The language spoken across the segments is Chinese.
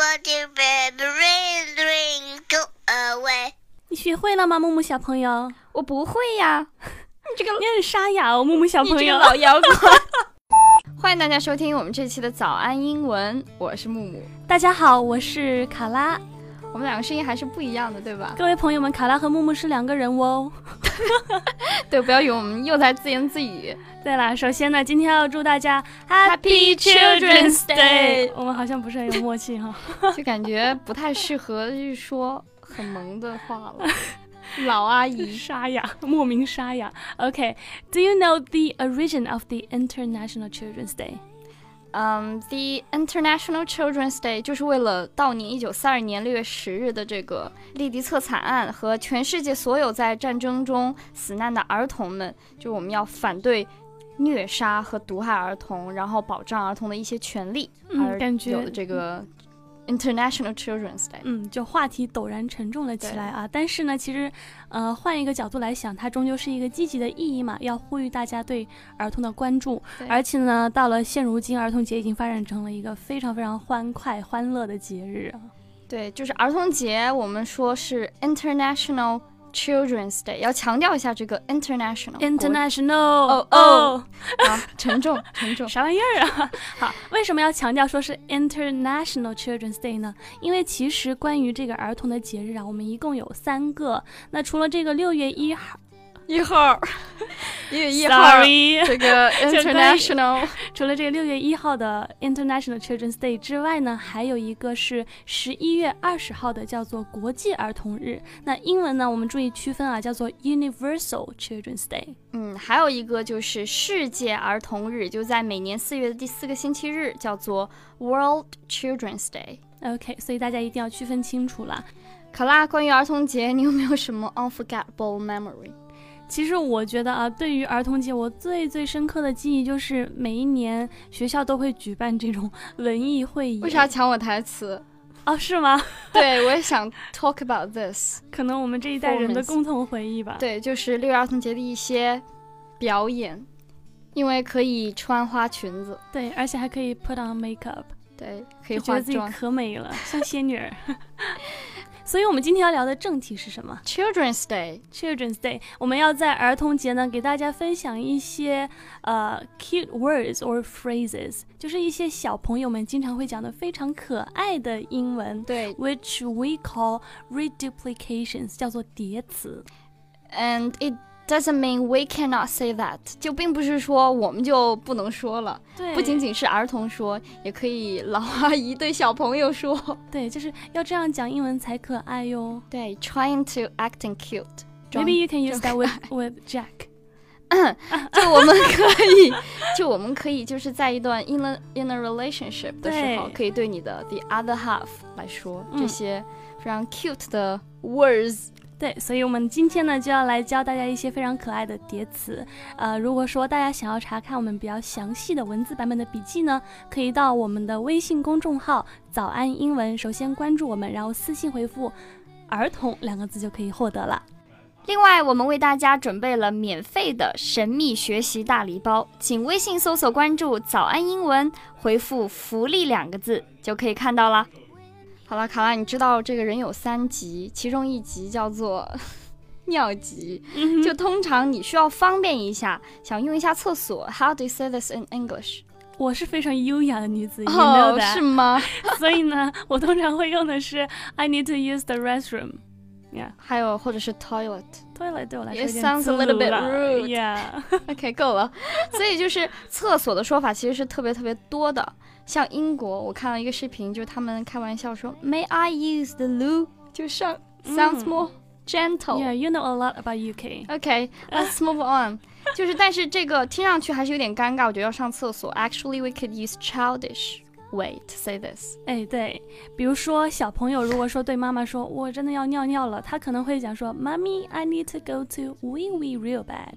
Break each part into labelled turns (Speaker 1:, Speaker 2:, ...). Speaker 1: baby, the rain, the rain, go away。
Speaker 2: 你学会了吗，木木小朋友？
Speaker 3: 我不会呀，你 这个
Speaker 2: 你很沙哑哦，木木小
Speaker 3: 你
Speaker 2: 朋
Speaker 3: 这
Speaker 2: 友
Speaker 3: 个。老摇滚。 欢迎大家收听我们这期的早安英文，我是木木。
Speaker 2: 大家好，我是卡拉。
Speaker 3: 我们两个声音还是不一样的，对 吧？
Speaker 2: 各位朋友们，卡拉和木木是两个人哦。
Speaker 3: 对，不要以为我们又在自言自语。
Speaker 2: 对啦，首先呢，今天要祝大家
Speaker 3: Happy Children's Day
Speaker 2: 我们好像不是很有默契哈。
Speaker 3: 就感觉不太适合去说很萌的话 了。老阿姨，
Speaker 2: 沙哑，莫名沙哑。OK，Do、you know the origin of the International Children's Day？
Speaker 3: 嗯、t h e International Children's Day 就是为了悼念一九四二年六月十日的这个利迪策惨案和全世界所有在战争中死难的儿童们，就我们要反对虐杀和毒害儿童，然后保障儿童的一些权利，而
Speaker 2: 嗯，感
Speaker 3: 有的
Speaker 2: 觉
Speaker 3: 这个 International Children's Day。
Speaker 2: 嗯，就话题陡然沉重了起来啊。但是呢，其实，呃，换一个角度来想，它终究是一个积极的意义嘛，要呼吁大家对儿童的关注。
Speaker 3: 对
Speaker 2: 而且呢，到了现如今，儿童节已经发展成了一个非常非常欢快、欢乐的节日啊。
Speaker 3: 对，就是儿童节，我们说是 International Children's Day，要强调一下这个 international 国
Speaker 2: International
Speaker 3: 哦哦啊，沉重沉重。
Speaker 2: 啥玩意儿啊？ 好，为什么要强调说是 International Children's Day 呢？因为其实关于这个儿童的节日啊，我们一共有三个。那除了这个六月一号
Speaker 3: 一号，一月一号，
Speaker 2: ，sorry，
Speaker 3: 这 个 international，
Speaker 2: 除了这个六月一号的 International Children's Day 之外呢，还有一个是十一月二十号的，叫做国际儿童日。那英文呢，我们注意区分啊，叫做 Universal Children's Day。
Speaker 3: 嗯，还有一个就是世界儿童日，就在每年四月的第四个星期日，叫做 World Children's Day。
Speaker 2: OK，所以大家一定要区分清楚啦。
Speaker 3: 卡拉，关于儿童节，你有没有什么 unforgettable memory？
Speaker 2: 其实我觉得啊，对于儿童节，我最最深刻的记忆就是每一年学校都会举办这种文艺汇演。
Speaker 3: 为啥？抢我台词？
Speaker 2: 哦，是吗？
Speaker 3: 对，我也想 talk about this。
Speaker 2: 可能我们这一代人的
Speaker 3: Performance
Speaker 2: 共同回忆吧。，
Speaker 3: 对，就是六一儿童节的一些表演，因为可以穿花裙子，
Speaker 2: 对，而且还可以 put on makeup，
Speaker 3: 对，可以
Speaker 2: 就觉
Speaker 3: 化
Speaker 2: 得自己
Speaker 3: 妆。
Speaker 2: 可美了，像仙女儿。 所以我们今天要聊的正题是什么
Speaker 3: Children's Day，
Speaker 2: ？Children's Day，我们要在儿童节呢，给大家分享一些呃 cute words or phrases，就是一些小朋友们经常会讲的非常可爱的英文。
Speaker 3: 对
Speaker 2: which we call reduplications，叫做叠词。
Speaker 3: ，and it doesn't mean we cannot say that，就并不是说我们就不能说了，
Speaker 2: 对
Speaker 3: 不仅仅是儿童说，也可以老阿姨对小朋友说。
Speaker 2: 对，就是要这样讲英文才可爱哟。
Speaker 3: 对，trying to acting cute，装
Speaker 2: Maybe you can use
Speaker 3: 装可
Speaker 2: that with with Jack。
Speaker 3: 就我们可以，就我们可以就是在一段 in a in a relationship 的时候
Speaker 2: 对，
Speaker 3: 可以对你的 the other half 来说、
Speaker 2: 嗯
Speaker 3: 这些非常 cute 的 words。
Speaker 2: 对，所以我们今天呢就要来教大家一些非常可爱的叠词。呃，如果说大家想要查看我们比较详细的文字版本的笔记呢，可以到我们的微信公众号“早安英文”，首先关注我们，然后私信回复“儿童”两个字就可以获得了。
Speaker 3: 另外，我们为大家准备了免费的神秘学习大礼包，请微信搜索关注“早安英文”，回复“福利”两个字就可以看到啦。好了，卡拉，你知道这个人有三级，其中一级叫做 尿急，就通常你需要方便一下，想用一下厕所。How do you say this in English？
Speaker 2: 我是非常优雅的女子，你 know
Speaker 3: 哦，
Speaker 2: that？
Speaker 3: 是吗？
Speaker 2: 所以呢，我通常会用的是 I need to use the restroom。Yeah,
Speaker 3: 还有或者是 toilet。
Speaker 2: toilet 对我来说有
Speaker 3: It
Speaker 2: 点
Speaker 3: sounds a little bit
Speaker 2: 粗鲁了
Speaker 3: rude.
Speaker 2: Yeah，
Speaker 3: OK，够了。所以就是厕所的说法其实是特别特别多的。像英国，我看了一个视频，就是他们开玩笑说 “May I use the loo？” 就上 sounds
Speaker 2: 嗯 yeah,
Speaker 3: more gentle。
Speaker 2: you know a lot about UK.
Speaker 3: OK，let's move on。就是， 但是这个听上去还是有点尴尬，我觉得要上厕所。Actually, we could use childish way to say this。
Speaker 2: 哎，对，比如说小朋友如果说对妈妈说我真的要尿尿了，他可能会讲说 Mommy, I need to go to wee wee real bad.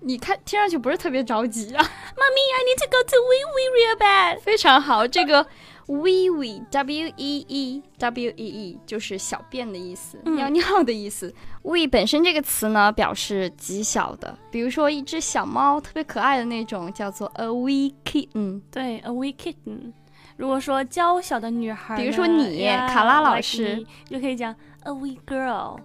Speaker 3: 你看，听上去不是特别着急
Speaker 2: Mommy,
Speaker 3: 啊。
Speaker 2: I need to go to wee wee real bad.
Speaker 3: 非常好，这个 wee wee w e e w e e 就是小便的意思，
Speaker 2: 嗯
Speaker 3: 尿尿的意思。wee 本身这个词呢，表示极小的，比如说一只小猫，特别可爱的那种，叫做 a wee kitten。
Speaker 2: 对，a wee kitten。如果说娇小的女孩呢，
Speaker 3: 比如说你
Speaker 2: yeah,
Speaker 3: 卡拉老
Speaker 2: like
Speaker 3: 师
Speaker 2: 你就可以讲 a wee girl。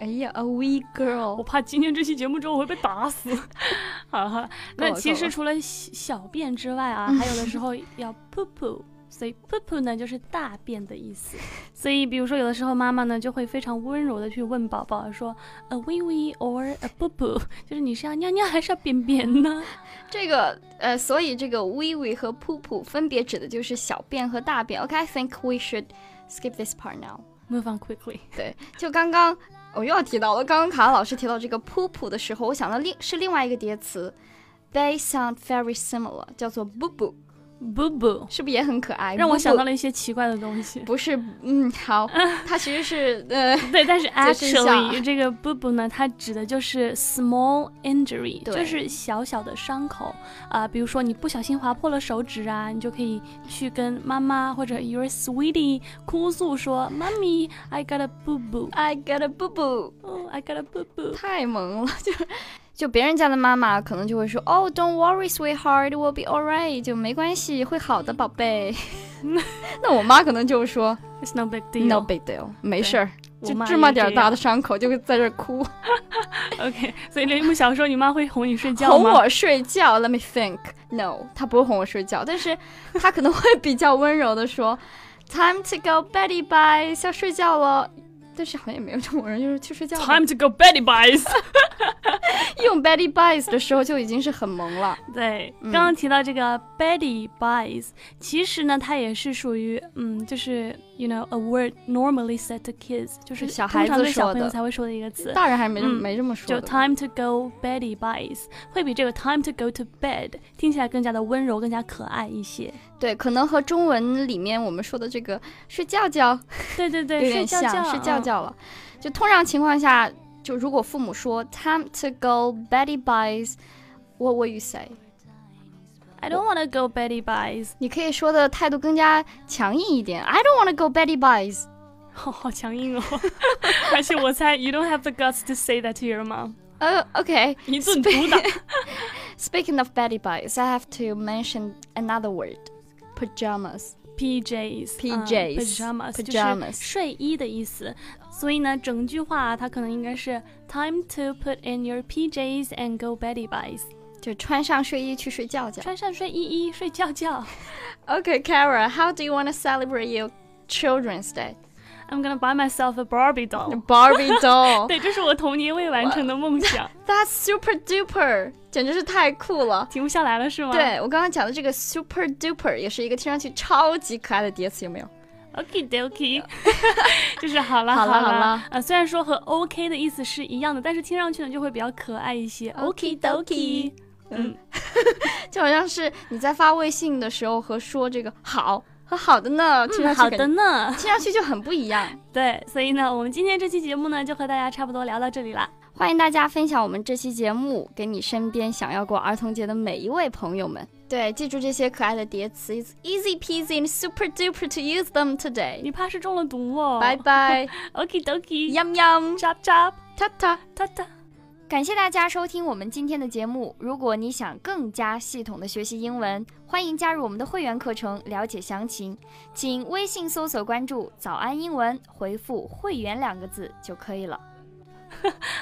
Speaker 3: 哎呀，a wee
Speaker 2: 我
Speaker 3: girl，
Speaker 2: 怕今天这期节目之后我会被打死。 好了好了，
Speaker 3: 够
Speaker 2: 那
Speaker 3: 了
Speaker 2: 其
Speaker 3: 够
Speaker 2: 实
Speaker 3: 了嗯
Speaker 2: 除了小小便之外啊，还有 的时候要 poo poo。所以 poo poo 呢就是大便的意思，所以比如说有的时候妈妈呢就会非常温柔的去问宝宝说呃 a wee wee or a poo poo，就是呃你是要尿尿还是要便便呢？
Speaker 3: 这个呃，所以这个 wee wee 和 poo poo 分别指的就是小便和大便。OK，I、think we should skip this part now。
Speaker 2: Move on quickly。
Speaker 3: 对，就刚刚我又要提到了，刚刚卡拉老师提到这个 poo poo 的时候，我想到另是另外一个叠词，they sound very similar，叫做 boo boo，
Speaker 2: boo boo，
Speaker 3: 哎是不是也很可爱？
Speaker 2: 让我
Speaker 3: Boo
Speaker 2: 想
Speaker 3: boo
Speaker 2: 到了一些奇怪的东西。
Speaker 3: 不是，嗯，好，它其实是 呃，
Speaker 2: 对，但是
Speaker 3: 这真相
Speaker 2: actually 这个 boo boo 呢，它指的就是 small injury，
Speaker 3: 对
Speaker 2: 就是小小的伤口啊、比如说你不小心划破了手指啊，你就可以去跟妈妈或者 your sweetie 哭诉说，Mommy I got a boo boo，I
Speaker 3: I got a boo boo，
Speaker 2: I got a boo boo。
Speaker 3: 太萌了，就就别人家的妈妈可能就会说，哦、d o n t worry sweetheart，we'll be alright，就没关系，会好的，宝 贝。那我妈可能就说
Speaker 2: It's no big deal。
Speaker 3: no big deal，没事儿，
Speaker 2: 我
Speaker 3: 就
Speaker 2: 妈
Speaker 3: 这么
Speaker 2: 也是
Speaker 3: 点儿
Speaker 2: 这样
Speaker 3: 大的伤口就在这儿哭，
Speaker 2: OK，所以铃木小时候你妈会哄你睡觉
Speaker 3: 哄
Speaker 2: 吗？
Speaker 3: 我睡觉。Let me think，no，她不会哄我睡觉，但是她可能会比较温柔的说，time to go beddy bye，要睡觉了。但是好像也没有这种人，就是去睡觉吧。
Speaker 2: Time to go beddy boys。
Speaker 3: 用 Betty Bice 的时候就已经是很萌了。
Speaker 2: 对，
Speaker 3: 嗯
Speaker 2: 刚刚提到这个 Betty buys，、其实呢，它也是属于嗯，就是 you know a word normally said to kids，就是
Speaker 3: 小
Speaker 2: 通
Speaker 3: 孩
Speaker 2: 常
Speaker 3: 子
Speaker 2: 对小
Speaker 3: 说
Speaker 2: 朋友
Speaker 3: 的
Speaker 2: 才会说的一个词。
Speaker 3: 大人还没、
Speaker 2: 嗯
Speaker 3: 没这么说
Speaker 2: 就
Speaker 3: 的。
Speaker 2: time to go Betty buys 会比这个 time to go to bed 听起来更加的温柔，更加可爱一些。
Speaker 3: 对，可能和中文里面我们说的这个睡觉觉
Speaker 2: 对对
Speaker 3: 有
Speaker 2: 对，睡
Speaker 3: 点
Speaker 2: 觉
Speaker 3: 像，
Speaker 2: 觉，
Speaker 3: 睡觉
Speaker 2: 嗯
Speaker 3: 觉了。就通常情况下，就如果父母说 time to go Betty Bice。What would you say？
Speaker 2: I don't wanna go Betty buys，
Speaker 3: 你可以说的态度更加强硬一点。I don't want to go Betty Bice。
Speaker 2: 好好强 硬哦。而且我猜 you don't have the guts to say that to your mom，
Speaker 3: 呃、o k
Speaker 2: 一顿毒打。
Speaker 3: Oh, Speaking of Betty Bice, I have to mention another word. Pajamas.
Speaker 2: PJs、
Speaker 3: PJs
Speaker 2: 嗯 pajamas 就是
Speaker 3: pajamas
Speaker 2: 睡衣的意思。所以呢，整句话、它可能应该是 Time to put in your PJs and go beddy buys，
Speaker 3: 就穿上睡衣去睡觉觉。
Speaker 2: 穿上睡衣衣睡觉觉。
Speaker 3: Okay, Kara, how do you want to celebrate your Children's Day?
Speaker 2: I'm gonna buy myself a Barbie doll。
Speaker 3: Barbie doll.
Speaker 2: 对，这是我童年未完成的梦想，
Speaker 3: That's super duper，简直是太酷了。
Speaker 2: 停不下来了是吗？
Speaker 3: 对我刚刚讲的这个 super duper 也是一个听上去超级可爱的叠词，有没有？
Speaker 2: ，OK dokie，就是好了
Speaker 3: 好了
Speaker 2: 了
Speaker 3: 好了
Speaker 2: 呃，虽然说和 OK 的意思是一样的，但是听上去呢就会比较可爱一些。OK 嗯
Speaker 3: Okie
Speaker 2: dokie
Speaker 3: dokie。就好像是你在发微信的时候和说这个好和好的呢， 听上
Speaker 2: 嗯，
Speaker 3: 去、
Speaker 2: 好的，呢。
Speaker 3: 听上去就很不一样。
Speaker 2: 对，所以呢，我们今天这期节目呢，就和大家差不多聊到这里啦。
Speaker 3: 欢迎大家分享我们这期节目给你身边想要过儿童节的每一位朋友们。对，记住这些可爱的叠词，It's easy peasy and super duper to use them today。
Speaker 2: 你怕是中了毒哦。
Speaker 3: 拜 拜
Speaker 2: ，OK dokie，
Speaker 3: ，yum yum，
Speaker 2: 扎扎
Speaker 3: ta ta。
Speaker 2: 哒哒。
Speaker 3: 感谢大家收听我们今天的节目。如果你想更加系统的学习英文，欢迎加入我们的会员课程，了解详情，请微信搜索关注“早安英文”，回复“会员”两个字就可以了。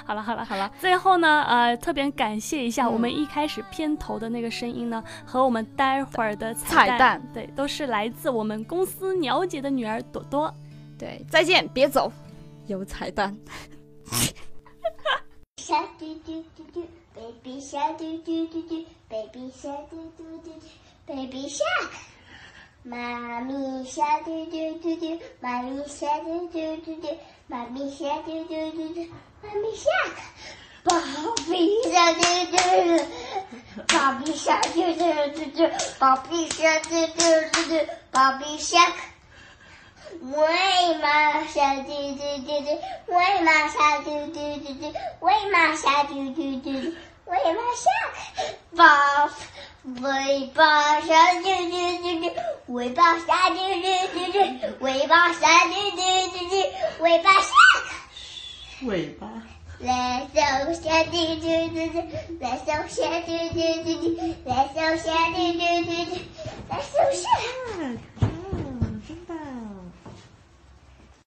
Speaker 2: 好了好了。
Speaker 3: 好了，
Speaker 2: 最后呢，呃，特别感谢一下
Speaker 3: 嗯
Speaker 2: 我们一开始片头的那个声音呢，和我们待会儿的
Speaker 3: 彩
Speaker 2: 蛋
Speaker 3: 蛋
Speaker 2: 对，都是来自我们公司鸟姐的女儿朵朵。
Speaker 3: 对，再见，别走，有彩蛋。
Speaker 1: Shark do do do do, baby shark do do do do, baby shark do do do do, baby shark. Mommy shark do do do do, mommy shark do do do do, mommy shark do do do do, mommy shark. Bobby shark do do do, Bobby shark do do do do, Bobby shark do do do do, Bobby shark. 喂马小嘟嘟嘟嘟，喂马小嘟嘟嘟嘟，喂马小嘟嘟嘟嘟，喂马小，宝尾巴小嘟嘟嘟嘟，尾巴小嘟嘟嘟嘟，尾巴小嘟嘟嘟嘟，尾巴小。
Speaker 4: 尾巴。
Speaker 1: 来首小嘟嘟嘟嘟，来首小嘟嘟嘟嘟，来首小嘟嘟嘟嘟，